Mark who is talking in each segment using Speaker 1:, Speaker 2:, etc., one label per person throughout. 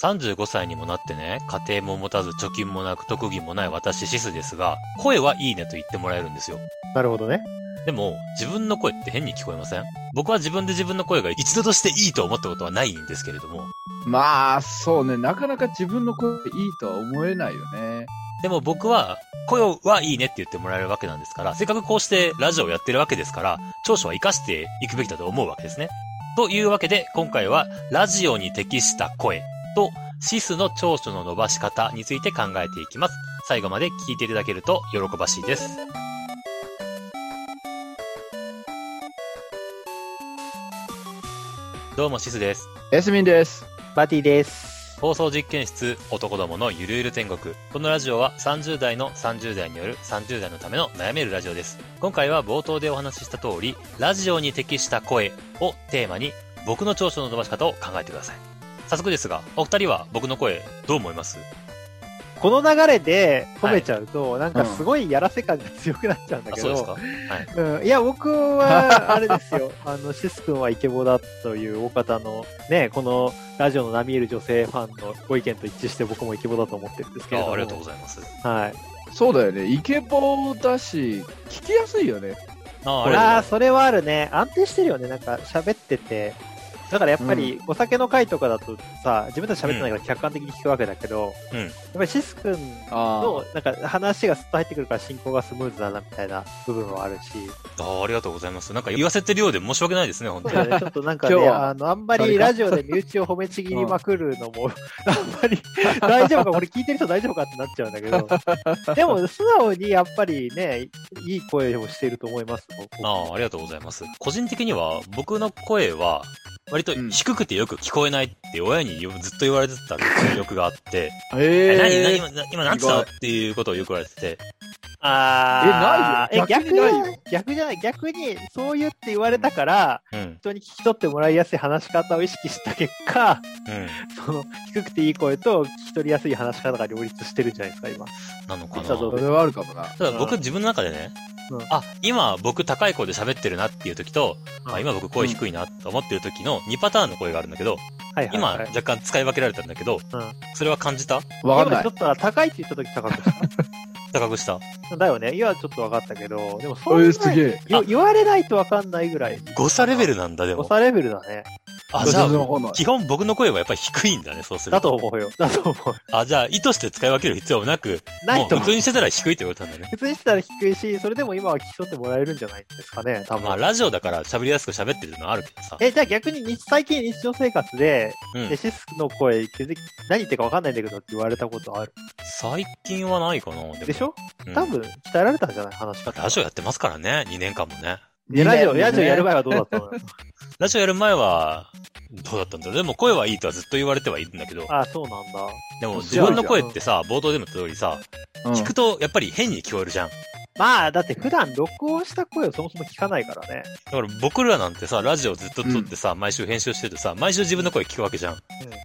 Speaker 1: 35歳にもなってね、家庭も持たず貯金もなく特技もない私シスですが、声はいいねと言ってもらえるんですよ。
Speaker 2: なるほどね。
Speaker 1: でも、自分の声って変に聞こえません僕は自分で自分の声が一度としていいと思ったことはないんですけれども。
Speaker 3: まあ、そうね。なかなか自分の声いいとは思えないよね。
Speaker 1: でも僕は、声はいいねって言ってもらえるわけなんですから、せっかくこうしてラジオをやってるわけですから、長所は活かしていくべきだと思うわけですね。というわけで、今回は、ラジオに適した声と、シスの長所の伸ばし方について考えていきます。最後まで聞いていただけると喜ばしいです。どうもシスです。
Speaker 3: エスミンです。
Speaker 2: バティです。
Speaker 1: 放送実験室男どものゆるゆる天国このラジオは30代の30代による30代のための悩めるラジオです今回は冒頭でお話しした通りラジオに適した声をテーマに僕の長所の伸ばし方を考えてください早速ですがお二人は僕の声どう思います
Speaker 2: この流れで褒めちゃうと、なんかすごいやらせ感が強くなっちゃうんだ
Speaker 1: あ
Speaker 2: け
Speaker 1: そう
Speaker 2: ど、
Speaker 1: ですか
Speaker 2: うん、いや、僕 は、あれですよ。あの、シス君はイケボだという大方の、ね、このラジオの並みいる女性ファンのご意見と一致して僕もイケボだと思ってるんですけれ
Speaker 1: あ
Speaker 2: ども。
Speaker 1: ありがとうございます
Speaker 2: はい。
Speaker 3: そうだよね。イケボだし、聞きやすいよ
Speaker 1: あ
Speaker 3: ね。
Speaker 1: あり
Speaker 2: あ
Speaker 1: がとうござい
Speaker 2: ら、
Speaker 1: ます
Speaker 2: それはあるね。安定してるよね。なんか喋ってて。だからやっぱりお酒の会とかだとさ、自分たち喋ってないから客観的に聞くわけだけど、
Speaker 1: うん
Speaker 2: やっぱりシス君
Speaker 3: あ
Speaker 2: のなんか話がスッと入ってくるから進行がスムーズだなみたいな部分はあるし、
Speaker 1: ああありがとうございますなんか言わせてるようで申し訳ないですね本
Speaker 2: そう
Speaker 1: 当
Speaker 2: だ
Speaker 1: に
Speaker 2: よね、ちょっとなんかね、
Speaker 3: 今日は
Speaker 2: あの、あんまりラジオで身内を褒めちぎりまくるのも、あんまり 大丈夫か、これ聞いてる人大丈夫かってなっちゃうんだけ ど、でも素直にやっぱりね、いい声をしていると思います。僕
Speaker 1: ああ、ありがとうございます。個人的には、僕の声は、割と
Speaker 3: うん
Speaker 1: 低くてよく聞こえないって親によずっと言われてた記憶があって、
Speaker 3: あ。
Speaker 1: え、
Speaker 3: えー、
Speaker 1: 何、何、今な、今なんつった
Speaker 3: 意
Speaker 1: っていうことをよく言われてて、
Speaker 2: あー
Speaker 3: えないよ
Speaker 2: 逆
Speaker 3: 逆にないよ
Speaker 2: じゃ逆じゃない、逆にそう言って言われたから、
Speaker 1: うん、
Speaker 2: 人に聞き取ってもらいやすい話し方を意識した結果、
Speaker 1: う
Speaker 2: その低くていい声と聞き取りやすい話し方が両立してるんじゃないですか、今。
Speaker 1: ん、なのかな。
Speaker 2: 実はどう
Speaker 3: それはあるかもな。
Speaker 1: ただ僕自分の中でね、
Speaker 2: うん
Speaker 1: あ、今僕高い声で喋ってるなっていう時と、
Speaker 2: うん
Speaker 1: あ今僕声低いなと思ってる時の2パターンの声があるんだけど、
Speaker 2: はいはい
Speaker 1: 今
Speaker 2: はい、
Speaker 1: 若干使い分けられたんだけど、
Speaker 2: うん
Speaker 1: それは感じた
Speaker 3: わかんな
Speaker 2: 今ちょ
Speaker 3: い。
Speaker 2: っとは高いって言った時高くした
Speaker 1: 高くした
Speaker 2: だよね。今はちょっと分かったけど、でも
Speaker 3: え
Speaker 2: そういう
Speaker 3: ー、すげえ。
Speaker 2: 言言われないと分かんないぐらい。
Speaker 1: 誤差レベルなんだで
Speaker 2: 誤
Speaker 1: も。
Speaker 2: 差レベルだね。
Speaker 1: あ、じゃ
Speaker 3: 全然
Speaker 1: あ、
Speaker 3: わかんない。
Speaker 1: 基本僕の声はやっぱり低いんだね、そうする
Speaker 2: だと思うよ。だと思う。
Speaker 1: あ、じゃあ、意図して使い分ける必要もなく、
Speaker 2: な
Speaker 1: も
Speaker 2: いう
Speaker 1: 普
Speaker 2: と思う。
Speaker 1: 通にしてたら低いってことなんだね。
Speaker 2: 普通にしたら低いし、それでも今は聞き取ってもらえるんじゃないですかね、多
Speaker 1: まあ、
Speaker 2: 分。
Speaker 1: ラジオだから喋りやすく喋ってるのはあるけどさ。
Speaker 2: え、じゃあ逆に日最近日常生活で、
Speaker 1: うん
Speaker 2: でシスの声、気づき何言ってるか分かんないんだけどって言われたことある。
Speaker 1: 最近はないかなでも
Speaker 2: でしょ
Speaker 1: うん
Speaker 2: 多分、鍛えられたんじゃない話し方。
Speaker 1: ラジオやってますからね、2年間もね。
Speaker 2: いやラジオ、ラジオやる
Speaker 3: わ。
Speaker 2: 前はどうだったのよ
Speaker 1: ラジオやる前は、どうだったんだろう。でも声はいいとはずっと言われてはいるんだけど、
Speaker 2: ああ、そうなんだ。
Speaker 1: でも自分の声ってさ、冒頭でも言った通りさ、
Speaker 3: うん
Speaker 1: 聞くとやっぱり変に聞こえるじゃん。
Speaker 2: まあ、だって普段録音した声をそもそも聞かないからね。
Speaker 1: だから僕らなんてさ、ラジオずっと撮ってさ、毎週編集しててさ、毎週自分の声聞くわけじゃん。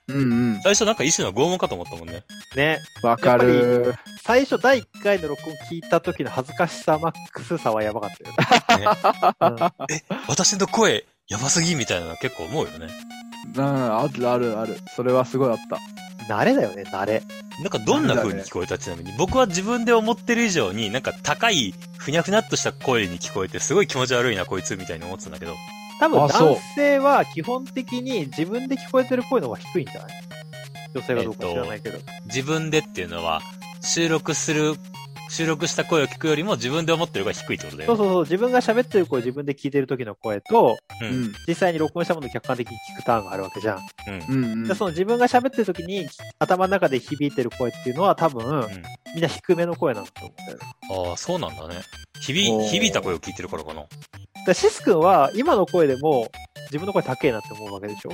Speaker 3: うんうん。
Speaker 1: 最初なんか一種の拷問かと思ったもんね。
Speaker 2: ね。
Speaker 3: わかる。
Speaker 2: 最初第1回の録音聞いた時の恥ずかしさマックスさはやばかったよね。う ん
Speaker 1: 私の声、やばすぎみたいなの結構思うよね。
Speaker 3: うん、あるあるある。それはすごいあった。
Speaker 2: 慣れだよね、慣れ。
Speaker 1: なんかどんな風に聞こえたちなみに、僕は自分で思ってる以上に、なんか高い、ふにゃふにゃっとした声に聞こえて、すごい気持ち悪いな、こいつ、みたいに思ってたんだけど。
Speaker 2: 多分
Speaker 3: あそう
Speaker 2: 男性は基本的に自分で聞こえてる声の方が低いんじゃない女性がどうか知らないけど。
Speaker 1: 自分でっていうのは、収録する、収録した声を聞くよりも自分で思ってる方が低いってことだ
Speaker 2: そう
Speaker 1: よね。
Speaker 2: そうそう、自分が喋ってる声、自分で聞いてる時の声と、
Speaker 1: う。
Speaker 3: うんん。
Speaker 2: 実際に録音したものを客観的に聞くターンがあるわけじゃん。
Speaker 1: うん。
Speaker 3: うん、うん
Speaker 2: で。その自分が喋ってる時に頭の中で響いてる声っていうのは多分、みんな低めの声なんだと思うんだよね。
Speaker 1: ああ、そうなんだね。響
Speaker 3: お
Speaker 1: い、
Speaker 3: ー
Speaker 1: 響いた声を聞いてるからかな。
Speaker 2: だからシス君は今の声でも自分の声高えなって思うわけでしょ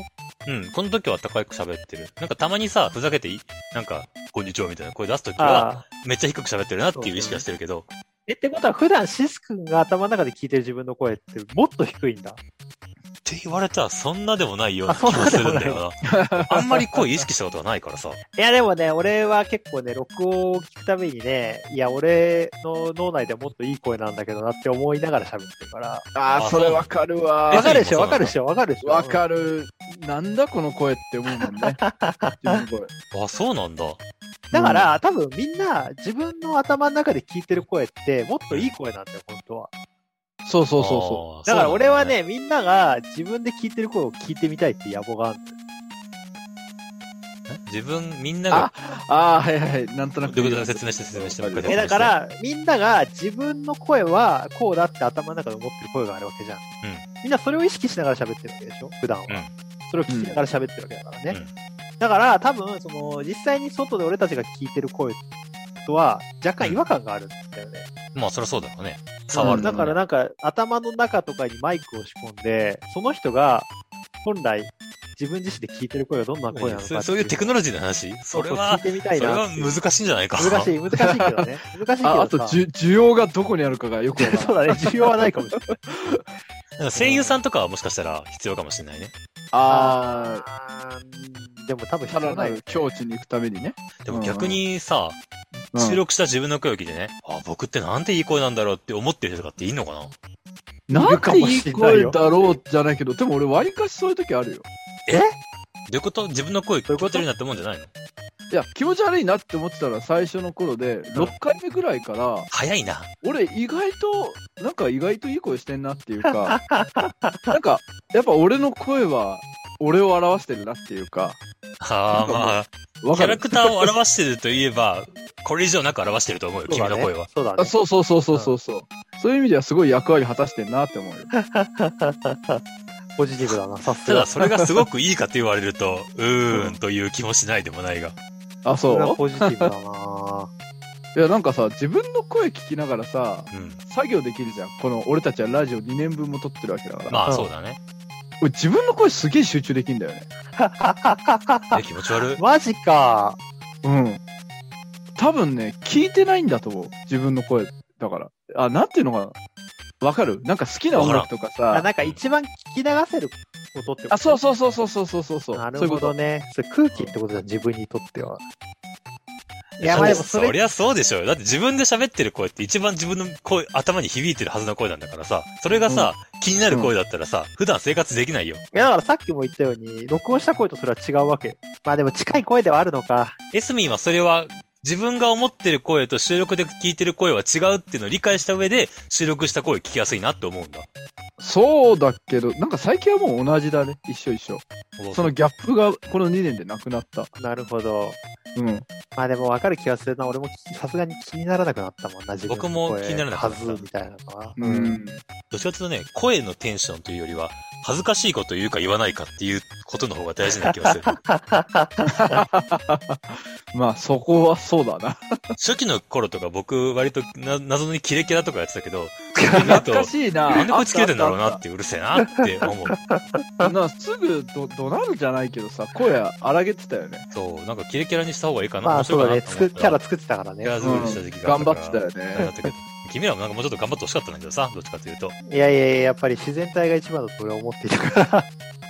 Speaker 1: うん。この時は高く喋ってる。なんかたまにさ、ふざけてい、なんか、こんにちはみたいな声出す時
Speaker 2: あ
Speaker 1: は、
Speaker 2: あ。
Speaker 1: めっちゃ低く喋ってるなっていう意識はしてるけど、
Speaker 2: え、ってことは普段シス君が頭の中で聞いてる自分の声ってもっと低いんだ。
Speaker 1: って言われたらそんなでもないような気もするんだよな。あんまり声意識したことがないからさ。
Speaker 2: いや、でもね、俺は結構ね、録音を聞くためにね、いや、俺の脳内ではもっといい声なんだけどなって思いながら喋ってるから。
Speaker 3: ああ、それわかるわ。
Speaker 2: わかるでし
Speaker 1: そ
Speaker 2: ょ
Speaker 1: う
Speaker 2: わ
Speaker 1: なの
Speaker 2: かるでしょわかるでしょ
Speaker 3: わかる。なんだこの声って思うもん ね。自分の声
Speaker 1: あ、そうなんだ。
Speaker 2: だから、多分みんな自分の頭の中で聞いてる声ってもっといい声なんだよ、本当は。
Speaker 3: そうそうそ
Speaker 1: あ
Speaker 3: うそ
Speaker 1: ー
Speaker 2: だから俺は、
Speaker 1: そう
Speaker 2: ね、みんなが自分で聞いてる声を聞いてみたいって野望があるんだよ。
Speaker 1: なんだね自分、みんなが、
Speaker 3: う。ああ、はいはいはい。なんとなく。
Speaker 1: どういうことか説明して説明してもう一回説明し
Speaker 2: え、
Speaker 1: て
Speaker 2: だから、みんなが自分の声はこうだって頭の中で思ってる声があるわけじゃん。みんなそれを意識しながら喋ってるわけでしょ普段は。
Speaker 1: うん
Speaker 2: それを聞きながら喋ってるわけだから
Speaker 1: う
Speaker 2: ね。
Speaker 1: ん
Speaker 2: だから、多分、その、実際に外で俺たちが聞いてる声とは、若干違和感があるんだよね。
Speaker 1: まあそりゃそうだろうね。触る
Speaker 2: だ
Speaker 1: のもね
Speaker 2: からなんか、頭の中とかにマイクを仕込んで、その人が、本来、自分自身で聞いてる声がどんな声なのかって
Speaker 1: そうそういうテクノロジーの話それは
Speaker 2: 聞い、てみた
Speaker 1: そ
Speaker 2: い
Speaker 1: れ
Speaker 2: な
Speaker 1: は
Speaker 2: っていう。
Speaker 1: 難しいんじゃないか。
Speaker 2: 難しい、難しいけどね。難しいけどさ。
Speaker 3: ああと、じゅ需要がどこにあるかがよくわから
Speaker 2: そ
Speaker 3: な
Speaker 2: う
Speaker 3: い。
Speaker 2: だね、需要はないかもしれない。
Speaker 1: 声優さんとかはもしかしたら必要かもしれないね。
Speaker 3: あ
Speaker 2: あー、でも多分
Speaker 3: あ、
Speaker 2: 必
Speaker 3: さら
Speaker 2: 要
Speaker 3: な
Speaker 2: ない
Speaker 3: る境地に行くためにね。
Speaker 1: でも逆にさ、
Speaker 3: うん
Speaker 1: 収録した自分の声を聞いてね、あ、僕ってなんていい声なんだろうって思ってる人とかっていいのかな
Speaker 3: ない
Speaker 2: る
Speaker 3: ん
Speaker 2: か
Speaker 3: て
Speaker 2: も
Speaker 3: い
Speaker 2: し
Speaker 3: い
Speaker 2: れない
Speaker 3: 声
Speaker 2: よ
Speaker 3: だろうじゃないけど、でも俺、わりかしそういう時あるよ。
Speaker 1: どういうこと自分の声聞こえてるなって思うんじゃないの
Speaker 3: いや、気持ち悪いなって思ってたら、最初の頃で、6回目ぐらいから、
Speaker 1: 早いな。
Speaker 3: 俺、意外と、なんか意外といい声してんなっていう か、なんか、やっぱ俺の声は、俺を表してるなっていうか、
Speaker 1: ああ、まあ、
Speaker 3: わ
Speaker 1: キ
Speaker 3: か
Speaker 1: ャラ
Speaker 3: る
Speaker 1: クターを表してるといえば、これ以上なく表してると思うよ、君の声は。
Speaker 2: そうだね。
Speaker 3: あそうそうそうそうそうそう。そういう意味ではすごい役割果たしてんなって思 うよ。
Speaker 2: ポジティブだな、さす
Speaker 1: ただ、
Speaker 2: が。
Speaker 1: それがすごくいいかと言われると、うーんという気もしないでもないが。
Speaker 3: あ、
Speaker 2: それは
Speaker 3: そ
Speaker 2: ポジティブだな
Speaker 3: ういや、なんかさ、自分の声聞きながらさ、
Speaker 1: うん。
Speaker 3: 作業できるじゃん。この、俺たちはラジオ2年分も撮ってるわけだから。
Speaker 1: まあ、そうだね。
Speaker 3: 俺自分の声すげえ集中できんだよね。
Speaker 1: え、気持ち悪い。
Speaker 2: マジか。
Speaker 3: うん。多分ね、聞いてないんだと思う。自分の声。だから。あ、なんていうのかな。わかるなんか好きな音楽とか
Speaker 2: あ
Speaker 3: さ。
Speaker 2: なんか一番聞き流せることってこと
Speaker 3: あ、そうそうそうそうそうそうそうそう。
Speaker 2: な
Speaker 3: そう
Speaker 2: る
Speaker 3: いうこ
Speaker 2: ほど
Speaker 3: と。
Speaker 2: ね。それ空気ってことじゃん、自分にとっては。いや、
Speaker 1: そ
Speaker 2: まあ
Speaker 1: う
Speaker 2: でもそれ、
Speaker 1: りゃそうでしょうよ。だって自分で喋ってる声って一番自分の声、頭に響いてるはずの声なんだからさ、それがさ、気になる声だったらさ、普段生活できないよ。
Speaker 2: いやだからさっきも言ったように、録音した声とそれは違うわけ。まあでも近い声ではあるのか。
Speaker 1: エスミンはそれは、自分が思ってる声と収録で聞いてる声は違うっていうのを理解した上で、収録した声聞きやすいなって思うんだ。
Speaker 3: そうだけど、なんか最近はもう同じだね。一緒一緒。そのギャップがこの2年でなくなった。
Speaker 2: なるほど。
Speaker 3: うん。
Speaker 2: まあでも分かる気がするな。俺も聞きさすがに気にならなくなったもんな、自分の声
Speaker 1: 僕も気にならなくなった
Speaker 2: はずみたいなのは。
Speaker 3: う。ん。
Speaker 1: どっちかというとね、声のテンションというよりは、恥ずかしいこと言うか言わないかっていうことの方が大事な気がする。
Speaker 3: まあそこはそうだな。
Speaker 1: 初期の頃とか僕割とな謎にキレキラとかやってたけど、あと
Speaker 3: 懐かしいな。
Speaker 1: なんでこいつキレてんだろう
Speaker 3: あっ
Speaker 1: な
Speaker 3: た
Speaker 1: ってうるせえなって思う。
Speaker 3: あったなすぐど怒鳴るじゃないけどさ、声荒げてたよね。
Speaker 1: そう、なんかキレキラにした方がいいかな。
Speaker 2: まあ
Speaker 1: 面
Speaker 2: そ
Speaker 1: 白いか
Speaker 2: うだね。
Speaker 1: な
Speaker 2: つくキャラ
Speaker 1: つ
Speaker 2: 作ってたからね
Speaker 1: キャ。ラ作りした時期があ
Speaker 3: 頑
Speaker 1: った
Speaker 3: 張
Speaker 1: か
Speaker 3: っ
Speaker 1: ら。
Speaker 3: てたよね
Speaker 1: だ。ったけど君らもなんかもうちょっと頑張ってほしかったんだけどさ、どっちかというと。
Speaker 2: いやいやいや、やっぱり自然体が一番だと俺は思っていたから。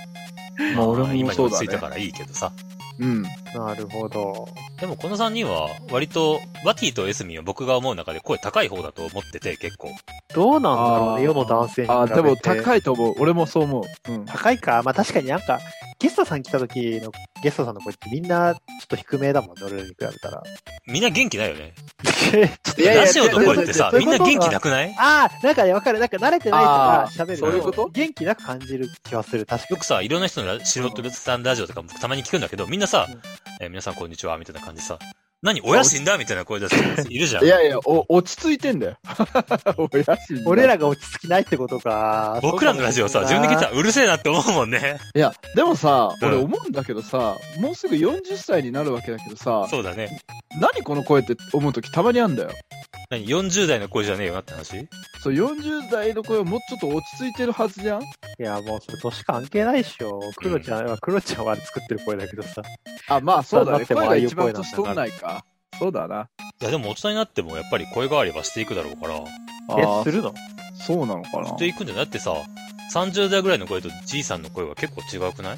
Speaker 3: まあ
Speaker 1: まあ
Speaker 3: 俺も
Speaker 1: 今に
Speaker 3: そう
Speaker 1: 落ち着いた
Speaker 3: だね。
Speaker 1: からいいけどさ。
Speaker 3: う ん。
Speaker 2: なるほど。
Speaker 1: でもこの3人は割と、バティとエスミンは僕が思う中で声高い方だと思ってて結構。
Speaker 2: どうなんだろう
Speaker 3: あ
Speaker 2: ね、
Speaker 3: ー
Speaker 2: 世の男性に比べ
Speaker 3: あー、
Speaker 2: て。
Speaker 3: でも高いと思う。俺もそう思う。うん。
Speaker 2: 高いか。まあ確かになんか、ゲストさん来た時のゲストさんの声ってみんなちょっと低めだもんね、俺らに比べたら。
Speaker 1: みんな元気ないよね。
Speaker 3: いやいや
Speaker 1: ラジオの声ってさ、
Speaker 2: そうい
Speaker 1: み
Speaker 2: うんこと
Speaker 1: な元気なくない
Speaker 2: ああ、なんかね、わかる。なんか慣れてないから
Speaker 3: あ
Speaker 2: 喋る
Speaker 1: そういうこと
Speaker 2: 元気なく感じる気はする。確か
Speaker 1: よ
Speaker 2: に
Speaker 1: く。さ、いろんな人のラ素人さんラジオとか僕たまに聞くんだけど、みんなさ
Speaker 2: うん、
Speaker 1: えー皆さんこんにちは、みたいな感じでさ、何、親死んだみたいな声出す人いるじゃん
Speaker 3: い。やいや、お落ち着いてんだよ。 俺らしいんだよ
Speaker 2: 俺らが落ち着きないってことか。
Speaker 1: 僕らのラジオさ、自分で聞いたらうるせえなって思うもんね。
Speaker 3: いや、でもさ、
Speaker 1: うん
Speaker 3: 俺思うんだけどさ、もうすぐ40歳になるわけだけどさ、
Speaker 1: そうだね。
Speaker 3: 何この声って思うときたまにあんだよ。
Speaker 1: 何、40代の声じゃねえよなって話
Speaker 3: そう、40代の声はもうちょっと落ち着いてるはずじゃん
Speaker 2: いや、もうそれ年関係ないっしょ。クロちゃんは、クロちゃんはあれ作ってる声だけどさ。
Speaker 3: あ、まあそうだね。
Speaker 2: そう
Speaker 3: 声
Speaker 2: な
Speaker 3: が
Speaker 2: っても
Speaker 3: 一番年
Speaker 2: ああいう声な
Speaker 3: 取
Speaker 2: ん
Speaker 3: ん
Speaker 2: だ
Speaker 3: ないか。そうだな。
Speaker 1: いや、でも大人になってもやっぱり声変わりはしていくだろうから、
Speaker 3: あ
Speaker 2: え、
Speaker 3: ー
Speaker 2: するの
Speaker 3: そうなのかな
Speaker 1: していくんじゃなくてさ、 30代ぐらいの声とじいさんの声は結構違うくない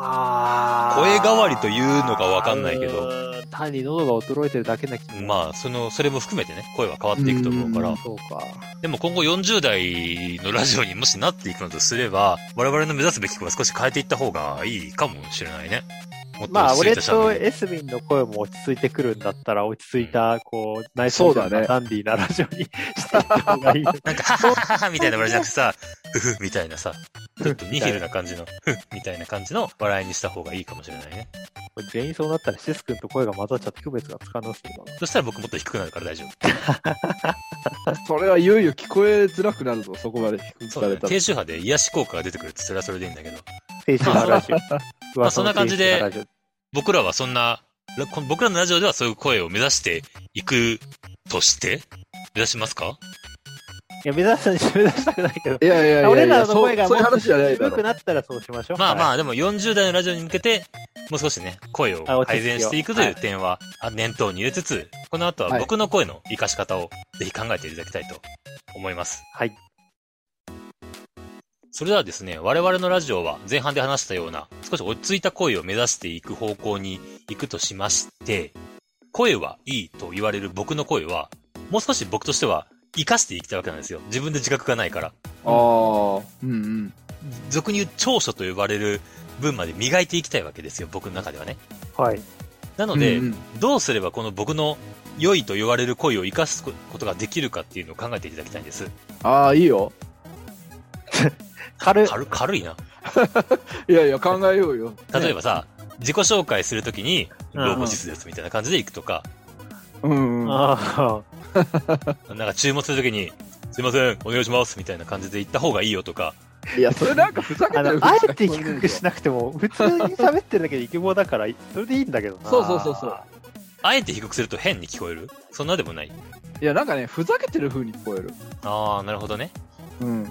Speaker 2: あー
Speaker 1: 声変わりというのかわかんないけど
Speaker 2: うーん単に喉が衰えてるだけな気が
Speaker 1: まあ、その、それも含めてね、声は変わっていくと思うから
Speaker 3: あ。
Speaker 2: そうか。
Speaker 1: でも今後40代のラジオにもしなっていくのとすれば、我々の目指すべき声は少し変えていった方がいいかもしれないね。もっと
Speaker 2: まあ、
Speaker 1: 落ち着い
Speaker 2: 俺
Speaker 1: た
Speaker 2: と
Speaker 1: 喋り。
Speaker 2: エスミンの声も落ち着いてくるんだったら、落ち着いた、こう、内装
Speaker 3: そうだね
Speaker 2: ダンディーなラジオにしていった方 がいい。
Speaker 1: なんか、ははははみたいな笑いじゃなくてさ、ふふみたいなさ、ちょっとニヒルな感じの、ふみたいな感じの笑いにした方がいいかもしれないね。
Speaker 2: 全員そうなったらシス君と声が混ざっちゃって区別がつかなすけど。
Speaker 1: そしたら僕もっと低くなるから大丈夫。
Speaker 3: それはいよいよ聞こえづらくなるぞ、そこまで低く
Speaker 1: そ
Speaker 3: さ
Speaker 1: うだ
Speaker 3: れ
Speaker 1: ね。
Speaker 3: たら。
Speaker 1: 低周波で癒し効果が出てくるって、それはそれでいいんだけど。
Speaker 2: 青春なラジ オ。
Speaker 1: まあそんな
Speaker 2: 噂の青春
Speaker 1: 感じで
Speaker 2: ラジオ
Speaker 1: 僕らはそんな、らこ僕らのラジオではそういう声を目指していくとして、目指しますか
Speaker 2: いや、目指す、目指したくないけど。
Speaker 3: いやいやいや
Speaker 2: 俺
Speaker 3: いや
Speaker 2: らの声が
Speaker 3: そうそういう
Speaker 2: もっと
Speaker 3: 話じゃないだ
Speaker 2: 低
Speaker 3: ろ
Speaker 2: く。なったらそうしましょう。
Speaker 1: まあま
Speaker 2: あ。
Speaker 1: あ、でも40代のラジオに向けて、もう少しね、声を
Speaker 2: あ落ち着
Speaker 1: 改
Speaker 2: きを
Speaker 1: 善していくという点は、あ念頭に入れつつ、この後は
Speaker 3: はい
Speaker 1: 僕の声の活かし方をぜひ考えていただきたいと思います。
Speaker 2: はい。
Speaker 1: それではですね、我々のラジオは前半で話したような、少し落ち着いた声を目指していく方向に行くとしまして、声はいいと言われる僕の声は、もう少し僕としては活かしていきたいわけなんですよ。自分で自覚がないから。
Speaker 3: ああ、うんうん。
Speaker 1: 俗に言う長所と呼ばれる分まで磨いていきたいわけですよ、僕の中ではね。
Speaker 2: はい。
Speaker 1: なので、
Speaker 3: うんうん
Speaker 1: どうすればこの僕の良いと言われる声を生かすことができるかっていうのを考えていただきたいんです。
Speaker 3: ああ、いいよ。
Speaker 2: 軽い。
Speaker 1: 軽軽いな。
Speaker 3: いやいや、考えようよ。
Speaker 1: 例えばさ、自己紹介するときに、
Speaker 2: うん
Speaker 1: 老後実ですみたいな感じで行くとか、
Speaker 3: うんうん。
Speaker 2: あ
Speaker 1: なんか注文するときに、すいません、お願いしますみたいな感じで行った方がいいよとか、
Speaker 3: いや、それなんかふざけ
Speaker 2: あ
Speaker 3: て
Speaker 2: の
Speaker 3: る。
Speaker 2: あえて低くしなくても、普通に喋ってるだけでイケボだから、それでいいんだけどな。
Speaker 3: そうそうそうそう。
Speaker 1: あえて低くすると変に聞こえるそんなでもない。
Speaker 3: いや、なんかね、ふざけてる風に聞こえる。
Speaker 1: あー、なるほどね。
Speaker 3: うん。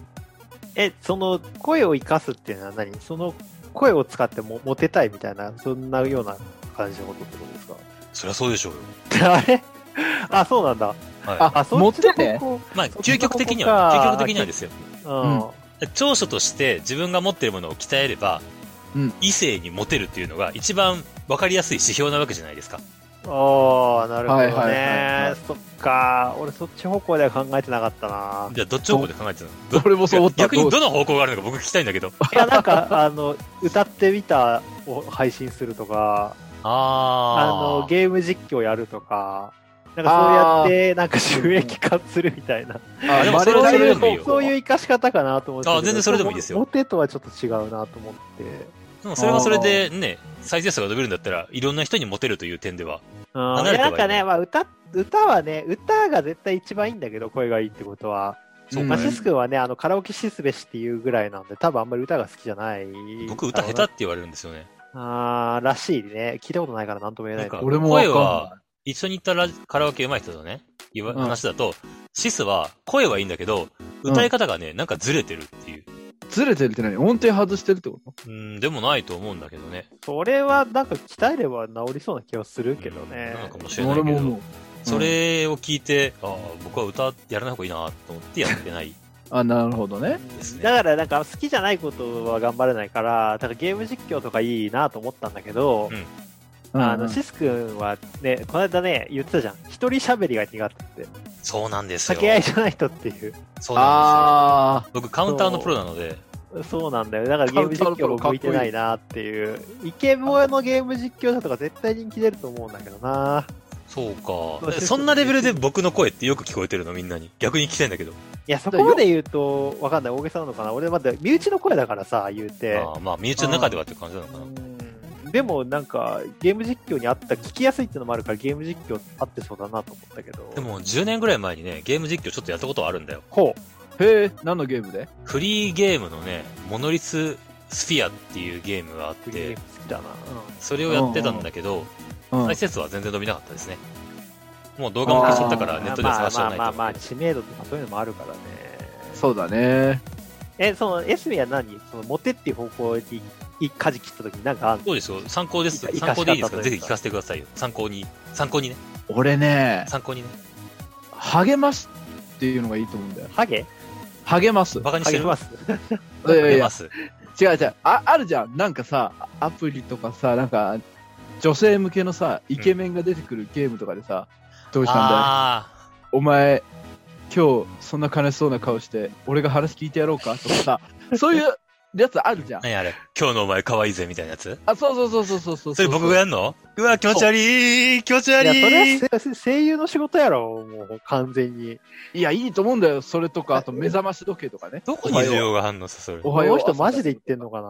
Speaker 2: え、その声を生かすっていうのは何その声を使ってもモテたいみたいな、そんなような感じのことってことです
Speaker 1: そりゃそうでしょうよ。
Speaker 2: かあれあ、そうなんだ。
Speaker 1: は
Speaker 2: あ、
Speaker 3: あ、
Speaker 2: そ
Speaker 3: 持
Speaker 2: っ
Speaker 3: っ
Speaker 2: ちの
Speaker 3: て
Speaker 2: 方
Speaker 1: い。
Speaker 2: 向
Speaker 3: ね。
Speaker 1: まあ、
Speaker 2: そ
Speaker 1: 究極的には、
Speaker 2: そん
Speaker 1: 究
Speaker 2: なとこか
Speaker 1: 極的にはですよ。
Speaker 2: うん。
Speaker 1: 長所として自分が持っているものを鍛えれば、
Speaker 3: うん
Speaker 1: 異性にモテるっていうのが一番分かりやすい指標なわけじゃないですか。
Speaker 2: おー、なるほ
Speaker 3: は
Speaker 2: ど
Speaker 3: いはいはい
Speaker 2: ね
Speaker 3: はい。
Speaker 2: そっか。俺そっち方向では考えてなかったな。
Speaker 1: じゃあ、どっち方向で考えてたのど
Speaker 3: 俺もそう思った。
Speaker 1: 逆に
Speaker 3: どう
Speaker 1: どの方向があるのか僕聞きたいんだけど。
Speaker 2: いや、なんか、あの、歌ってみたを配信するとか、あ
Speaker 1: あ
Speaker 2: の、ゲーム実況やるとか、なんかそうやって、なんか収益化するみたいな。
Speaker 3: あ
Speaker 1: でも
Speaker 3: まあ
Speaker 1: それ
Speaker 2: そう
Speaker 1: はそ
Speaker 2: い
Speaker 1: れで
Speaker 2: う、
Speaker 1: もいいよ
Speaker 2: そういう生かし方かなと思って。
Speaker 1: あ全然それでもいいですよ
Speaker 2: モテとはちょっと違うなと思って。
Speaker 1: でもそれはそれでね、再生数が伸びるんだったら、いろんな人にモテるという点では。
Speaker 2: うん。
Speaker 1: 離れてはいない
Speaker 2: いやなんかね、まあ歌、歌はね、歌が絶対一番いいんだけど、声がいいってことは。
Speaker 1: そう
Speaker 2: ま
Speaker 1: か
Speaker 2: あ、
Speaker 3: うん
Speaker 2: シス君はね、あの、カラオケシスベシっていうぐらいなんで、多分あんまり歌が好きじゃない。
Speaker 1: 僕歌下手って言われるんですよね。
Speaker 2: あーらしいね。聞いたことないからなんとも言えないけ
Speaker 1: なん
Speaker 2: ど
Speaker 1: か
Speaker 3: 俺もわかん
Speaker 1: 声
Speaker 3: な
Speaker 1: は一緒に行ったラジカラオケ上手い人とね、言わ
Speaker 3: うん
Speaker 1: 話だと、シスは声はいいんだけど、歌い方がね、なんかずれてるっていう。
Speaker 3: い。ずれてるって何音程外してるってこ
Speaker 1: うん、でもないと思うんだけどね。
Speaker 2: それはなんか鍛えれば治りそうな気がするけどね。
Speaker 1: うんなのかもしれ
Speaker 3: と
Speaker 1: ない
Speaker 3: 俺
Speaker 1: け
Speaker 3: も
Speaker 1: ど。
Speaker 3: 思う。
Speaker 1: それを聞いて、ああ、僕は歌やらない方がいいなと思ってやってない。
Speaker 3: あ、なるほどね。
Speaker 1: ですね
Speaker 2: だからなんか好きじゃないことは頑張れないから、だからゲーム実況とかいいなと思ったんだけど、
Speaker 3: うん
Speaker 2: あのシス君はね、この間ね、言ってたじゃん。一人喋りが苦手って。
Speaker 1: そうなんですよ。
Speaker 2: 掛け合いじゃない人っていう。
Speaker 1: そうなんですよ。
Speaker 3: ああ、
Speaker 1: 僕カウンターのプロなので、
Speaker 2: そうなんだよ。だからゲーム実況も向いてないなっていう。イケボのゲーム実況者とか絶対人気出ると思うんだけどな。
Speaker 1: そう
Speaker 2: そう
Speaker 1: か。
Speaker 2: そう
Speaker 1: えそんなレベルで僕の声ってよく聞こえてるのみんなに。逆に聞きたいんだけど。
Speaker 2: いや、そこまで言うと、わかんない。大げさなのかな。俺まだ身内の声だからさ、言うて。
Speaker 1: ああまあ、身内の中ではって感じなのかな。
Speaker 2: うんでもなんかゲーム実況にあった聞きやすいっていうのもあるからゲーム実況あってそうだなと思ったけど
Speaker 1: でも10年ぐらい前にね、ゲーム実況ちょっとやったことあるんだよ。
Speaker 2: こ
Speaker 3: へえ、何のゲームで
Speaker 1: フリーゲームのね、モノリススフィアっていうゲームがあっ
Speaker 2: うゲーム
Speaker 1: て
Speaker 2: 好、きだな、
Speaker 1: それをやってたんだけど、
Speaker 3: うん
Speaker 1: 再生数は全然伸びなかったですね。もう動画も消しちゃったから
Speaker 3: あー
Speaker 1: ネットでは探して
Speaker 2: まあ
Speaker 1: は
Speaker 2: ま
Speaker 1: な
Speaker 2: あ
Speaker 1: い
Speaker 2: まあまあ
Speaker 1: と思う
Speaker 2: 知名度とかそういうのもあるからね
Speaker 3: そうだね。
Speaker 2: えそのエスミは何そのモテっていう方向にい舵切った時になんかあんの
Speaker 1: どうですよ参考です
Speaker 2: い。い
Speaker 1: 参考でいいです
Speaker 2: 生
Speaker 1: か
Speaker 2: かし方と
Speaker 1: ぜ
Speaker 2: いう
Speaker 1: ひ
Speaker 2: か
Speaker 1: 聞かせてくださいよ。参考に。参考にね。
Speaker 3: 俺ね、
Speaker 1: 参考にね。
Speaker 3: 励ますっていうのがいいと思うんだよ。
Speaker 2: ハゲ
Speaker 3: 励ます。
Speaker 1: バカにし
Speaker 2: ハ
Speaker 1: て
Speaker 2: ゲ
Speaker 1: る
Speaker 2: ます
Speaker 3: いやいや
Speaker 1: 出
Speaker 3: いや
Speaker 1: ます。
Speaker 3: 違う違うああるじゃんなんかさアプリとかさなんか女性向けのさイケメンが出てくるゲームとかでさ、どうしたんだ
Speaker 1: あ
Speaker 3: いお前今日そんな悲しそうな顔して俺が話聞いてやろうかとかさそういう やつあるじゃん
Speaker 1: あ、何あれ今日のお前可愛いぜみたいなやつ
Speaker 3: あそうそうそうそうそうそう
Speaker 1: それ僕がやんのうわ、気持ち悪い気持ち
Speaker 2: い
Speaker 1: 悪
Speaker 2: や、
Speaker 1: い
Speaker 2: それはせ声優の仕事やろ、もう完全に。
Speaker 3: いやいいと思うんだよそれとかあと目覚まし時計とかね
Speaker 1: どこに需要が反応させる
Speaker 3: お
Speaker 2: こ
Speaker 3: はよう
Speaker 2: の人マジで言ってんのか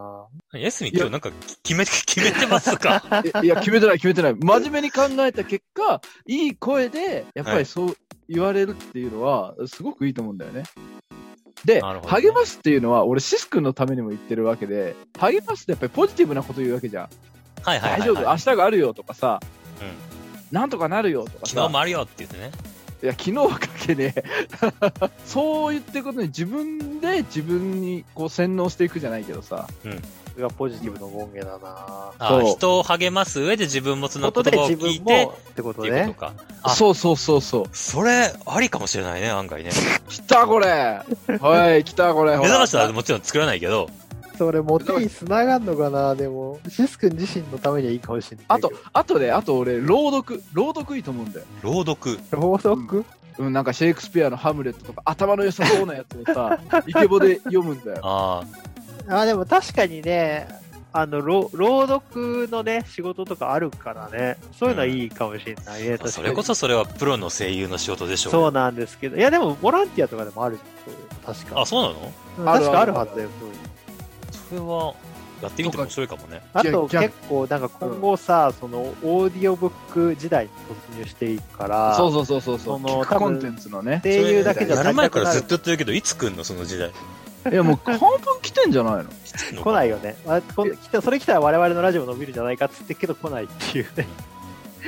Speaker 2: な
Speaker 1: エスミ今日なんか決めて、 決めてますか
Speaker 3: えいや、決めてない、決めてない。真面目に考えた結果、いい声で、やっぱりそう言われるっていうのは、すごくいいと思うんだよね。で、
Speaker 1: なるほどね
Speaker 3: 励ますっていうのは、俺、シス君のためにも言ってるわけで、励ますってやっぱりポジティブなこと言うわけじゃん。
Speaker 1: はいはいはい、はい。
Speaker 3: 大丈夫、明日があるよとかさ、
Speaker 1: うん
Speaker 3: なんとかなるよとか
Speaker 1: 昨
Speaker 3: さ
Speaker 1: 日、もあるよって言ってね。
Speaker 3: いや、昨日は関係ねえ。 そう言ってことに、自分で自分にこう洗脳していくじゃないけどさ、
Speaker 2: それがポジティブの権限だな
Speaker 1: ああ、
Speaker 3: そう
Speaker 1: 人を励ます上で自分もその
Speaker 2: ことで
Speaker 1: 言葉を
Speaker 2: 自
Speaker 1: 聞
Speaker 2: 分
Speaker 1: いて、
Speaker 2: もってこ
Speaker 1: っ
Speaker 2: と
Speaker 1: ていうこと
Speaker 2: ね。
Speaker 1: か。あ
Speaker 3: そうそうそうそう。
Speaker 1: それ、ありかもしれないね、案外ね。
Speaker 3: 来たこれはい、来たこれほ
Speaker 1: 目
Speaker 3: ら
Speaker 1: 覚ましはもちろん作らないけど、
Speaker 2: それ、モテに繋がんのかなでも、シス君自身のためにはいいかもしれない。
Speaker 3: あと、、あとね、あと俺、朗読。朗読いいと思うんだよ。
Speaker 1: 朗読。
Speaker 2: 朗読
Speaker 3: うん、なんかシェイクスピアのハムレットとか、頭の良さそうなやつを さ、イケボで読むんだよ。
Speaker 1: あ
Speaker 2: あ、でも確かにね、あの、朗朗読のね、仕事とかあるからね、そういうのはいいかもしれないね、確か
Speaker 1: あ、
Speaker 2: に
Speaker 1: それこそそれはプロの声優の仕事でしょ
Speaker 2: そうなんですけど、いやでもボランティアとかでもあるじゃん、そういうの確か。
Speaker 1: あ、そうなの
Speaker 2: うん
Speaker 3: ある
Speaker 2: 確か
Speaker 3: あ
Speaker 2: あ
Speaker 3: る
Speaker 2: るはずだよ、そういうの
Speaker 1: それは、やってみて面白いかもね。
Speaker 2: あと
Speaker 3: じゃあ
Speaker 2: 結構なんか今後さ、そのオーディオブック時代に突入していくから、
Speaker 3: そうそうそうそうそ
Speaker 2: そ
Speaker 3: う。
Speaker 2: の
Speaker 3: 聞くコンテンツのね。
Speaker 2: 声優だけじゃ
Speaker 1: やる
Speaker 2: 足り
Speaker 1: 前
Speaker 2: な
Speaker 1: から
Speaker 2: くな
Speaker 1: ずっ
Speaker 2: る
Speaker 1: と言ってるけど、いつ来んのその時代。
Speaker 3: いや、もう半分来てんじゃないの
Speaker 2: 来ないよね。あこん来たそれ来たら我々のラジオも伸びるんじゃないかっつってっけど来ないっていうね。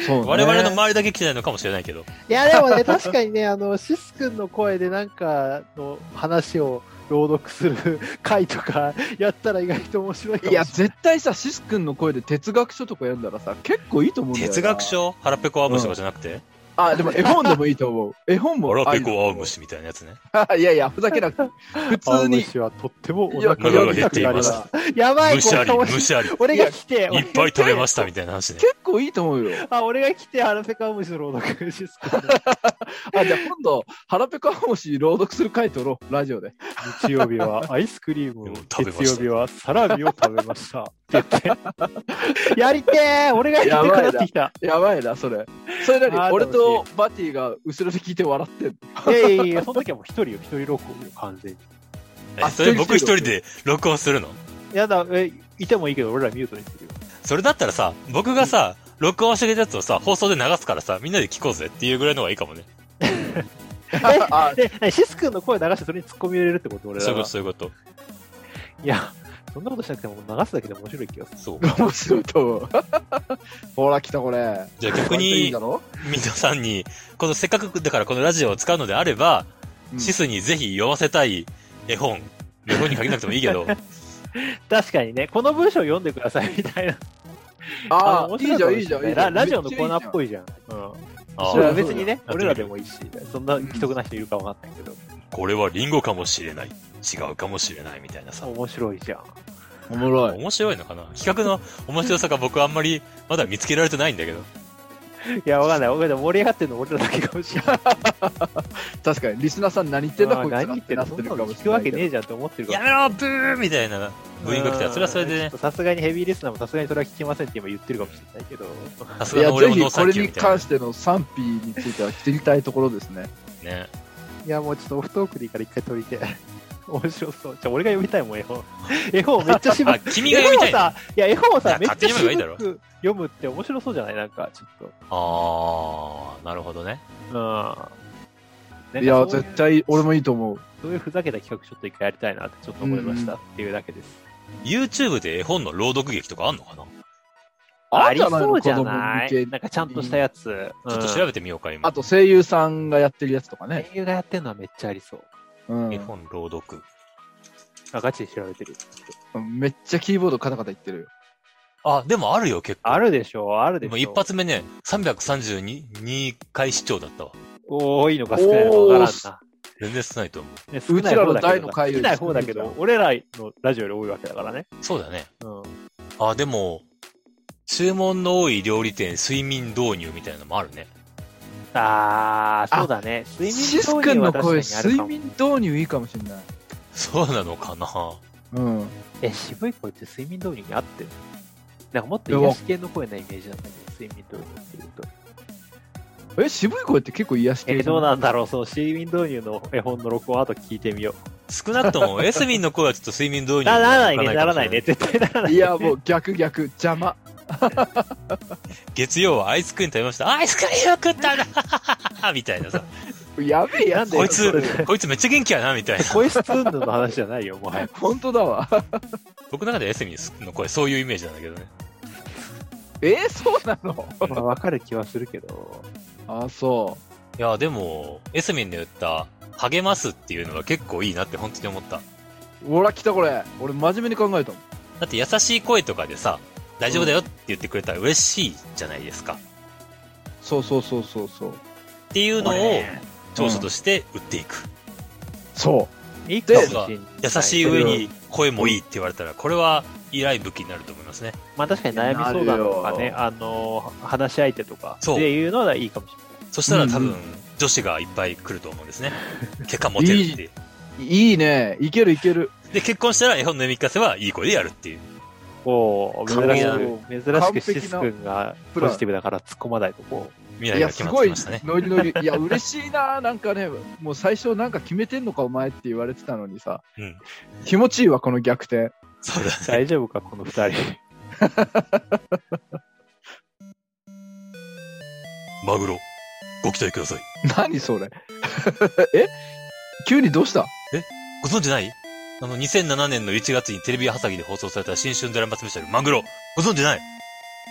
Speaker 3: そう、ね。
Speaker 1: 我々の周りだけ来てないのかもしれないけど。
Speaker 2: いやでも ね、確かにね、あの、シス君の声でなんかの話を朗読する回とか やったら意外と面白いかも
Speaker 3: い
Speaker 2: しれ
Speaker 3: や、
Speaker 2: ない。
Speaker 3: 絶対さ、シス君の声で哲学書とか読んだらさ、結構いいと思うんだよな。
Speaker 1: 哲学書腹ペコアームシとかじゃなくて、
Speaker 3: あ、でも絵本でもいいと思う。絵本 も。
Speaker 1: 腹ペコアームシみたいなやつね。
Speaker 3: い。いやいや、ふざけなくて。普
Speaker 2: 青
Speaker 3: 通に。
Speaker 2: 虫はとってもお
Speaker 1: いや
Speaker 2: 腹が痛くなりま
Speaker 1: 喉
Speaker 2: す。やばい、
Speaker 1: むしゃり、
Speaker 2: この
Speaker 1: む
Speaker 2: 顔し
Speaker 1: し ゃり。いっ
Speaker 2: 俺が来て、
Speaker 1: ぱい食べましたみたいな話ね。
Speaker 3: 結構いいと思うよ。
Speaker 2: あ、俺が来て、ハラペカオムシの朗読シスコ
Speaker 3: あ、じゃあ今度、腹ペコもし朗読する回撮ろう、ラジオで。
Speaker 2: 日曜日はアイスクリームを
Speaker 1: を、食べました
Speaker 2: 月曜日はサラミを食べました。って 言って。やりてー俺がやりたくなってきた。
Speaker 3: やばいな、それ。それ
Speaker 2: あ
Speaker 3: 何
Speaker 2: ー
Speaker 3: 俺とバティが後ろで聞いて笑ってんの
Speaker 2: いやい やいや、その時はもう一人よ、一人録音よ、完全に。
Speaker 1: え
Speaker 3: あ
Speaker 1: それ僕一
Speaker 3: 一人
Speaker 1: 人で録音するの
Speaker 2: やだ、え、いてもいいけど、俺らミュートにするよ。
Speaker 1: それだったらさ、僕がさ、録音してくれたやつをさ、放送で流すからさ、みんなで聞こうぜっていうぐらいの方がいいかもね。
Speaker 3: あ
Speaker 2: で、何シス君の声流してそれに突っ込み入れるってこと俺ら
Speaker 1: そういうこ
Speaker 2: は
Speaker 1: と、。そういうこと。
Speaker 2: いや、そんなことしなくても流すだけで面白い気がする。
Speaker 1: そう。
Speaker 3: 面白いと思う。ほら、来たこれ。
Speaker 1: じゃあ逆
Speaker 3: 割といい
Speaker 1: に
Speaker 3: だ、ろ
Speaker 1: 皆さんに、このせっかくだからこのラジオを使うのであれば、
Speaker 3: うん
Speaker 1: シスにぜひ読ませたい絵本、絵本に限らなくてもいいけ ど、
Speaker 2: 確かにね、この文章読んでくださいみたいな。
Speaker 3: あ
Speaker 2: の
Speaker 3: あ、
Speaker 2: 面
Speaker 3: いい
Speaker 2: 白
Speaker 3: じゃ
Speaker 2: か
Speaker 3: ん、
Speaker 2: も
Speaker 3: いいじゃん、
Speaker 2: し
Speaker 3: い
Speaker 2: れ
Speaker 3: いじ
Speaker 2: な
Speaker 3: ゃ
Speaker 2: ラ
Speaker 3: ん。
Speaker 2: ラジオのコーナーっぽ
Speaker 3: い。
Speaker 2: いじゃん。うん。
Speaker 1: あ
Speaker 2: それは
Speaker 1: ー
Speaker 2: 別にね、
Speaker 1: そうだよ
Speaker 2: 俺らでもいいし、そんな既得な人いるかわかんないけど、
Speaker 1: これはリンゴかもしれない。違うかもしれないみたいなさ。
Speaker 2: 面白いじゃん。
Speaker 3: おもろい。
Speaker 1: 面白いのかな企画の面白さが僕あんまりまだ見つけられてないんだけど。
Speaker 2: いや、わかんない。俺ら盛り上がってるの俺らだけかもしれない。
Speaker 3: 確かに、リスナーさん何言ってんだ、こいつら
Speaker 2: 何言ってん
Speaker 3: な
Speaker 2: の
Speaker 3: っ
Speaker 2: そ
Speaker 3: てる
Speaker 2: ん
Speaker 3: か
Speaker 2: な
Speaker 3: も
Speaker 2: の聞
Speaker 3: しれ
Speaker 2: く
Speaker 3: な
Speaker 2: わ
Speaker 3: い
Speaker 2: け
Speaker 3: けど。
Speaker 2: ねえじゃんって思ってるか
Speaker 1: や
Speaker 2: ら。
Speaker 1: めろブーみたいなブーイングが来たら、それはそれで
Speaker 2: ちょ
Speaker 1: ね
Speaker 2: っと、さすがにヘビーリスナーもさすがにそれは聞きませんって今言ってるかもしれない けど。
Speaker 1: さすが
Speaker 3: いや、
Speaker 1: の俺
Speaker 3: ぜ
Speaker 1: も
Speaker 3: ひ、
Speaker 1: 脳
Speaker 3: こ
Speaker 1: 作
Speaker 3: れ
Speaker 1: 級
Speaker 3: に
Speaker 1: みたい
Speaker 3: 関しての賛否については聞きたいところですね。
Speaker 1: な。ね。
Speaker 2: いや、もうちょっとオフトークでいいから一回撮りて。 面白そう。じゃ俺が読みたいもん、絵本。 絵本めっちゃ渋
Speaker 1: あ
Speaker 2: く。、
Speaker 1: 君が
Speaker 2: 絵
Speaker 1: 読み
Speaker 2: 本
Speaker 1: たいのあ
Speaker 2: さ、いや、絵本
Speaker 1: い
Speaker 2: さ
Speaker 1: や、
Speaker 2: めっちゃ
Speaker 1: 勝手に読めばいいだ
Speaker 2: 渋
Speaker 1: ろ
Speaker 2: く読むって面白そうじゃないなんか、ちょっと。
Speaker 1: あー、なるほどね。
Speaker 2: うんなんかそう
Speaker 3: い
Speaker 2: い
Speaker 3: や、
Speaker 2: や、
Speaker 3: 絶
Speaker 2: 絶対。
Speaker 3: 対、俺もいいと思う。
Speaker 2: そういうふざけた企画ちょっと一回やりたいなってちょっと思いました
Speaker 3: う
Speaker 2: っていうだけです。
Speaker 1: YouTube で絵本の朗読劇とかあんのかな、
Speaker 2: あ
Speaker 3: ん
Speaker 2: りそうじゃな
Speaker 3: 子供向け
Speaker 2: いなんかちゃんとしたやつ。
Speaker 1: ちょっと調べてみようか、今。
Speaker 3: あと、声優さんがやってるやつとか
Speaker 2: うん
Speaker 3: ね。
Speaker 2: 声優がやってるのはめっちゃありそう。
Speaker 3: うん
Speaker 1: 絵。本朗読。
Speaker 2: あ、ガチで調べてる。
Speaker 3: めっちゃキーボードカタカタ言ってるよ。
Speaker 1: あ、でもあるよ、結構。
Speaker 2: あるでしょある
Speaker 1: で
Speaker 2: でし
Speaker 1: も
Speaker 2: ょ
Speaker 1: 一発目ね、332回視聴だったわ。
Speaker 2: 多いのか少ないのかわからんな。
Speaker 1: 全然少ないと思う。
Speaker 2: ね、少
Speaker 3: う
Speaker 2: ない
Speaker 3: ちら
Speaker 2: 方
Speaker 3: の
Speaker 2: だけ
Speaker 3: 大
Speaker 2: ど
Speaker 3: の回
Speaker 2: 少
Speaker 3: より
Speaker 2: ない方だけど、俺らのラジオより多いわけだからね。
Speaker 1: そうだね。
Speaker 2: うん。
Speaker 1: あ、でも、注文の多い料理店、睡眠導入みたいなのもあるね。
Speaker 2: あー、そうだね。睡眠
Speaker 3: シ
Speaker 2: 導
Speaker 3: ス
Speaker 2: 入
Speaker 3: 君
Speaker 2: は
Speaker 3: の
Speaker 2: 確か
Speaker 3: 声、
Speaker 2: にある
Speaker 3: 睡
Speaker 2: かも。
Speaker 3: 眠導入いいかもしれない。
Speaker 1: そうなのかな
Speaker 3: うん。
Speaker 2: え、渋い声って睡眠導入に合ってるなんかもっと
Speaker 3: いや
Speaker 2: 癒し系の声なイメージなんだけど、睡眠導入っていうと。
Speaker 3: え、渋い声って結構癒して
Speaker 2: え、
Speaker 3: る。
Speaker 2: どうなんだろう、その睡眠導入の絵本の録音後聞いてみよう。
Speaker 1: 少なくと も、エスミンの声はちょっと睡眠導入に
Speaker 2: な
Speaker 1: は
Speaker 2: ならない
Speaker 1: か
Speaker 2: ね、ならないね、。絶対ならない。
Speaker 3: いや、もう逆逆、邪魔。
Speaker 1: 月曜はアイスクリーム食べました。アイスクリーム食ったな みたいなさ。
Speaker 3: やべえやつ。
Speaker 1: こいつ
Speaker 2: それ、
Speaker 1: こいつめっちゃ元気やなみたいな。
Speaker 2: こいつツンドゥンの話じゃないよ、もはや。
Speaker 3: 本当だわ。
Speaker 1: 僕の中でエスミンの声、そういうイメージなんだけどね。
Speaker 3: えー、そうなの
Speaker 2: まあ、わかる気はするけど。
Speaker 3: あ、そ
Speaker 1: いや、でも、エスミンの言った、励ますっていうのは結構いいなって本当に思った。
Speaker 3: う。ほら、来たこれ。俺、真面目に考えたもん。
Speaker 1: だって優しい声とかでさ、大丈夫だよって言ってくれたら嬉しいじゃないですか。
Speaker 3: そうそうそうそうそ
Speaker 1: っ
Speaker 3: う。
Speaker 1: ていうのを
Speaker 2: 俺
Speaker 1: 長所として売っていく。
Speaker 3: そう。
Speaker 2: いいかもしれない
Speaker 1: 優しい上に声もいいって言われたら、これは偉い武器になると思いますね。
Speaker 2: まあ確かに悩み相談とか
Speaker 3: なる
Speaker 2: ね、
Speaker 3: よ
Speaker 2: あの、話し相手とか
Speaker 1: そう
Speaker 2: っていうのはいいかもし
Speaker 1: そしたら多
Speaker 3: うん
Speaker 1: 分
Speaker 3: うん、
Speaker 1: 女子がいっぱい来ると思うんです ね。結果モテるっていう。
Speaker 3: いいね。いけるいける。
Speaker 1: で、結婚したら絵本の読み聞かせはいい声でやるっていう。
Speaker 2: れない。お
Speaker 1: 完璧だ
Speaker 2: ー珍しく、珍しくシス君がポジティブだから突っ込まないとこう。
Speaker 1: 未来
Speaker 3: い
Speaker 1: が
Speaker 3: や、
Speaker 1: 決
Speaker 3: す
Speaker 1: まっ
Speaker 3: ご
Speaker 1: て
Speaker 3: い
Speaker 1: ましたね。。
Speaker 3: ノリノリ。いや、嬉しいな。なんかね、もう最初なんか決めてんのか、お前って言われてたのにさ。
Speaker 1: うん。
Speaker 3: 気持ちいいわ、この逆転。
Speaker 1: そうだね。
Speaker 2: 大丈夫か、この二人。
Speaker 1: マグロ、ご期待ください。
Speaker 3: 何それ。え急にどうした
Speaker 1: ご存知ないあの、2007年の1月にテレビ朝日で放送された新春ドラマスペシャル、マグロ。ご存知ない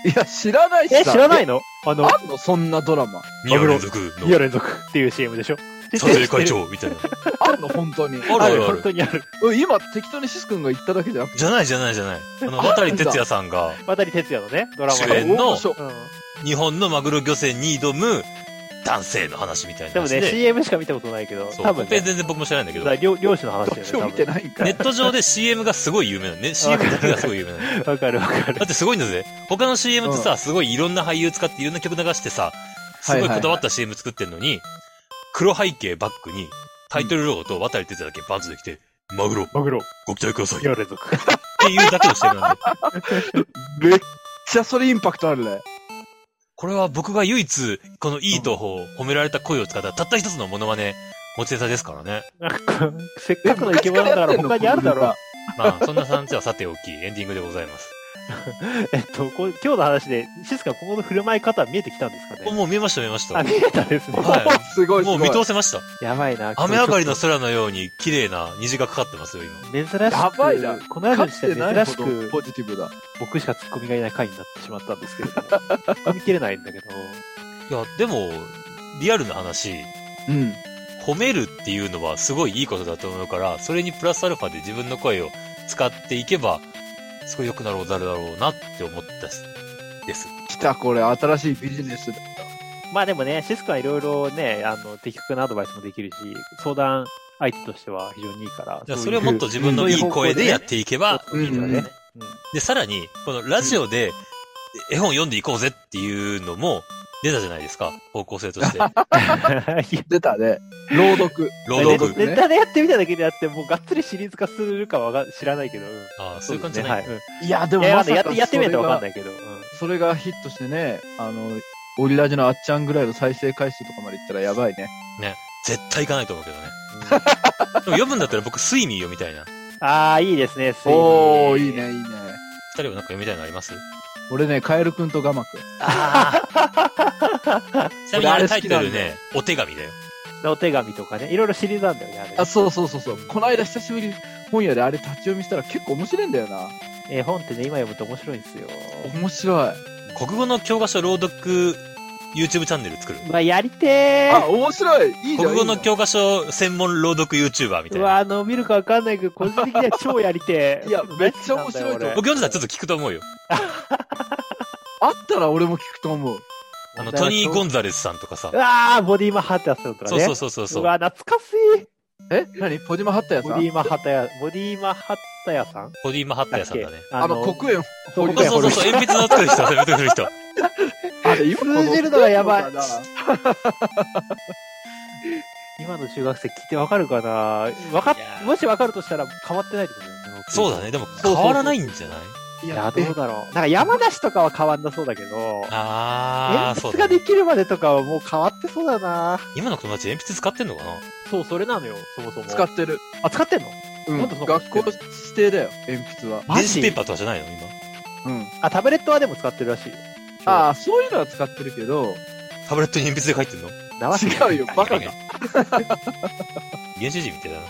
Speaker 3: いや、知らないしさ。
Speaker 2: え、知らないのあの、
Speaker 3: あんのそんなドラマ。
Speaker 1: ?2 夜連続
Speaker 2: 2夜
Speaker 1: の
Speaker 2: 連続っていう CM でしょ
Speaker 1: 撮影会長みたいな。
Speaker 3: あんの本 当に。
Speaker 1: あ
Speaker 2: あ
Speaker 1: る
Speaker 2: る、
Speaker 1: あ
Speaker 2: 本
Speaker 1: る。
Speaker 2: 当にある。
Speaker 3: うん今、適当にシス君が言っただけじゃなくて。
Speaker 1: じゃないじゃないじゃない。あの、渡哲也さんが
Speaker 2: 渡哲也のね、ドラマ
Speaker 1: 主
Speaker 2: で。
Speaker 1: 演の
Speaker 3: 大御所
Speaker 2: うん
Speaker 1: 日本のマグロ漁船に挑む男性の話みたいな
Speaker 2: でも
Speaker 1: 話で。
Speaker 2: ね、CM しか見たことないけど、
Speaker 1: そう
Speaker 2: 多分
Speaker 1: 本編
Speaker 2: ね、
Speaker 1: 全然僕も知らないんだけ
Speaker 2: だ
Speaker 1: ど
Speaker 2: から、漁漁師の話だ
Speaker 3: どっ
Speaker 2: よ
Speaker 3: ちも見
Speaker 2: ね
Speaker 3: てないんか
Speaker 1: ネ
Speaker 3: い。
Speaker 1: ット上で CM がすごい有名なのね。CM だけがすごい有名なの。
Speaker 2: 多分。わかるわかる。
Speaker 1: だってすごいんだぜ。他の CM ってさ、すごいいろんな俳優使っていろんな曲流してさ、すごいこだわった CM 作ってんのに、黒背景バックに、タイトルロゴと渡り哲也だけバンとできて、マグロ、
Speaker 2: マグロ、
Speaker 1: ご期待ください。っ
Speaker 2: 2夜連続。
Speaker 1: ていうだけの CM なんで。
Speaker 3: めっちゃそれインパクトあるね。
Speaker 1: これは僕が唯一、このいいとこ褒められた声を使ったたった一つのモノマネ、持ちネタですからね。
Speaker 2: なんか、せっかくの生き物だから他にあるだろう。
Speaker 1: まあ、そんな感じはさておき、エンディングでございます。
Speaker 2: えっと、こう今日の話で、シスカ今後の振る舞い方見えてきたんですかね
Speaker 1: もう見えました見えました。
Speaker 2: あ、
Speaker 1: は
Speaker 2: 見えたですね。
Speaker 1: い。
Speaker 3: すごいす
Speaker 1: も
Speaker 3: ご
Speaker 1: う見
Speaker 3: い。
Speaker 1: 通せました。
Speaker 2: やばいな。
Speaker 1: 雨上がりの空のように綺麗な虹がかかってますよ、今。
Speaker 2: 珍しく、
Speaker 3: やばいな
Speaker 2: このラ
Speaker 3: か
Speaker 2: ジ
Speaker 3: つ
Speaker 2: オに
Speaker 3: て
Speaker 2: して
Speaker 3: ない
Speaker 2: 珍し
Speaker 3: ほど
Speaker 2: く
Speaker 3: ポジティブだ。
Speaker 2: 僕しかツッコミがいない回になってしまったんですけ れども、ツッコみ切れないんだけど、
Speaker 1: いや、でも、リアルな話、
Speaker 3: うん。
Speaker 1: 褒めるっていうのはすごいいいことだと思うから、それにプラスアルファで自分の声を使っていけば、すごい良くなるだろうなって思ったしです。
Speaker 3: 来た、これ、新しいビジネスだ。
Speaker 2: まあでもね、シスカはいろいろね、あの、的確なアドバイスもできるし、相談相手としては非常にいいから、
Speaker 1: じゃあ
Speaker 2: ういう
Speaker 1: それをもっと自分のいい声でやっていけば
Speaker 2: う
Speaker 1: いいん
Speaker 2: ん
Speaker 1: だ
Speaker 3: うんう
Speaker 1: ね
Speaker 2: うん
Speaker 3: ん。
Speaker 1: で、さらに、このラジオで絵本読んでいこうぜっていうのも出たじゃないですか、方向性と して。
Speaker 3: 出たね。朗読。
Speaker 1: 朗
Speaker 2: ネ
Speaker 3: 朗
Speaker 1: 読
Speaker 3: 読。
Speaker 2: ネタでやってみただけであって、もうがっつりシリーズ化するかはわか知らないけど、うん
Speaker 1: ああ、そういう感じじゃない。
Speaker 2: そうですね
Speaker 3: いや、で
Speaker 2: はいうんいや
Speaker 3: も
Speaker 2: ま
Speaker 3: ま
Speaker 2: だ
Speaker 3: さ
Speaker 2: や
Speaker 3: か。
Speaker 2: ってやってみないとわかんないいけど、うん
Speaker 3: それがヒットしてね、あの、オリラジのあっちゃんぐらいの再生回数とかまでいったらやばいね。
Speaker 1: 絶対行かないと思うけどね。で
Speaker 2: うん
Speaker 1: も読むんだったら僕、睡眠読みたいな。
Speaker 2: ああ、いいですね、睡眠
Speaker 3: おー、いい。ね、いいね。
Speaker 1: 二人はなんか読みたいのあります
Speaker 3: 俺ね、カエルくんとガマくん。
Speaker 1: ちなみにあれ
Speaker 3: 俺あれ
Speaker 1: タイ
Speaker 3: 好き
Speaker 1: ト
Speaker 3: なんだ
Speaker 1: ル
Speaker 3: よ
Speaker 1: ね、お手紙だよ。
Speaker 2: お手紙とかね、いろいろシリーズあるんだよね、あ
Speaker 3: あ、
Speaker 2: れ。
Speaker 3: そうそうそうそう。この間久しぶりに本屋であれ立ち読みしたら結構面白いんだよな。
Speaker 2: 絵本ってね、今読むと面白いんですよ。
Speaker 3: 面白い。
Speaker 1: 国語の教科書朗読 YouTube チャンネル作る。
Speaker 2: うわ、やりて
Speaker 3: あ、
Speaker 2: ー
Speaker 3: 面白い。いいじゃん。
Speaker 1: 国語の
Speaker 3: いいじゃ
Speaker 1: 教
Speaker 3: ん
Speaker 1: 科書専門朗読 YouTuber みた
Speaker 2: う
Speaker 1: いな。
Speaker 2: わ、あの、見るかわかんないけど、個人的には超やりてー。
Speaker 3: いやめっちゃ面白いと思う
Speaker 1: 僕読んでたらちょっと聞くと思うよ。
Speaker 3: あったら俺も聞くと思う。
Speaker 1: あの、トニー・ゴ
Speaker 2: ン。
Speaker 1: ンザレスさんとかさ
Speaker 2: う。わー、ボディーマンハーってやつとかね。
Speaker 1: そうそうそうそうそうう。
Speaker 2: わ、懐かしい。
Speaker 3: え何ポジマハッタヤ
Speaker 2: ボ
Speaker 3: さ
Speaker 2: ディ
Speaker 3: ん
Speaker 2: ーマハタヤ、ボディーマハッタヤさん
Speaker 1: ボディマハッタヤさんだね。
Speaker 3: あの、黒煙
Speaker 2: そう
Speaker 3: 堀
Speaker 1: あ
Speaker 3: 江
Speaker 1: そうそうそう、鉛筆の作る人、鉛筆の作る人。
Speaker 3: あれ、今
Speaker 2: 通じるのがやばい
Speaker 3: この
Speaker 2: 今の中学生聞いてわかるかなわかっ
Speaker 1: いやー
Speaker 2: もしわかるとしたら変わってないってことだよね。僕
Speaker 1: そうだね。。でも
Speaker 3: そうそう
Speaker 1: 変
Speaker 3: そう
Speaker 1: わらないんじゃない
Speaker 2: い
Speaker 3: い
Speaker 2: や、
Speaker 3: や、
Speaker 2: どうだろう。なんか山梨とかは変わんなそうだけど、
Speaker 1: あー、
Speaker 2: 鉛
Speaker 1: そう
Speaker 2: 筆
Speaker 1: だ
Speaker 2: が
Speaker 1: ね
Speaker 2: で。きるまでとかはもう変わってそうだな。
Speaker 1: 今の友達鉛筆使ってんのかな
Speaker 2: そう、それなのよ、そもそも。
Speaker 3: 使ってる。
Speaker 2: あ、使ってんの
Speaker 3: うん。
Speaker 2: なんでそんなこと
Speaker 3: 学校指定だよ、鉛筆は。
Speaker 2: マ
Speaker 1: 電
Speaker 2: ジ
Speaker 1: 子ペーパーとかじゃないの今。
Speaker 3: うん。
Speaker 2: あ、タブレットはでも使ってるらしいよ。
Speaker 3: ああ、そういうのは使ってるけど、
Speaker 1: タブレットに鉛筆で書いてんの
Speaker 2: なわけない
Speaker 3: 違うよ、バカだ。
Speaker 1: 原始人みたいだな。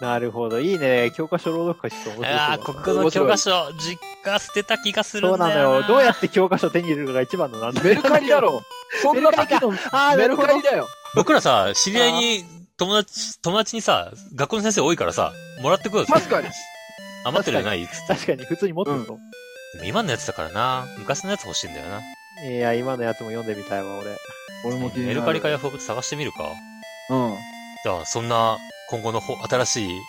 Speaker 2: なるほど。いいね。教科書朗読会ちょっと面白そうだな
Speaker 1: ああ、国語の教科書、実家捨てた気がする
Speaker 2: そ
Speaker 1: ん
Speaker 2: うな
Speaker 1: だ
Speaker 2: の
Speaker 1: よな。
Speaker 2: よ。どうやって教科書手に入れるかが一番のなんだ
Speaker 3: メルカリだろ。そんな時の
Speaker 2: ああ、な
Speaker 3: メ
Speaker 2: る
Speaker 3: ル
Speaker 2: ほ
Speaker 3: カ
Speaker 2: ど
Speaker 3: リ。だよ。
Speaker 1: 僕らさ、知り合いに友達、友達にさ、学校の先生多いからさ、もらってくよ。
Speaker 3: 確かに。
Speaker 1: 余ってるやつないっつって。
Speaker 2: 確かに、普通に持ってると。
Speaker 1: でも今のやつだからな、昔のやつ欲しいんだよな。
Speaker 2: いや、今のやつも読んでみたいわ、俺。
Speaker 3: 俺も気にな
Speaker 1: メ
Speaker 3: る
Speaker 1: ルカリかヤフオクで探してみるか。
Speaker 3: うん。
Speaker 1: じゃあ、そんな、今後のほ新しい、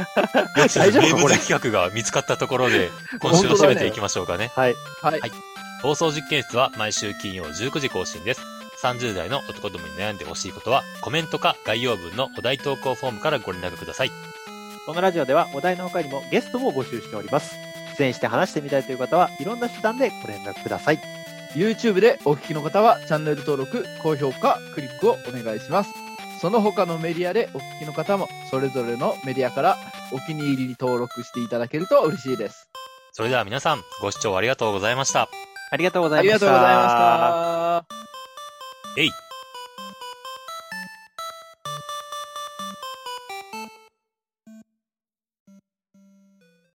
Speaker 2: 大丈
Speaker 1: 名
Speaker 2: 夫か、こ
Speaker 1: 物
Speaker 2: れ。
Speaker 1: 企画が見つかったところで、今週を締めていきましょうかね。
Speaker 2: はい。
Speaker 3: はい
Speaker 1: は。い放送実験室は毎週金曜19時更新です。30代の男どもに悩んでほしいことは、コメントか概要文のお題投稿フォームからご連絡ください。
Speaker 2: このラジオでは、お題の他にもゲストも募集しております。出演して話してみたいという方は、いろんな手段でご連絡ください。
Speaker 3: YouTube でお聞きの方はチャンネル登録、高評価、クリックをお願いします。その他のメディアでお聞きの方もそれぞれのメディアからお気に入りに登録していただけると嬉しいです。
Speaker 1: それでは皆さん、ご視聴ありがとうございました。
Speaker 2: ありがとうござ
Speaker 3: あ
Speaker 2: い
Speaker 3: り
Speaker 2: ま
Speaker 3: が
Speaker 2: した。
Speaker 3: とうございました。
Speaker 1: えい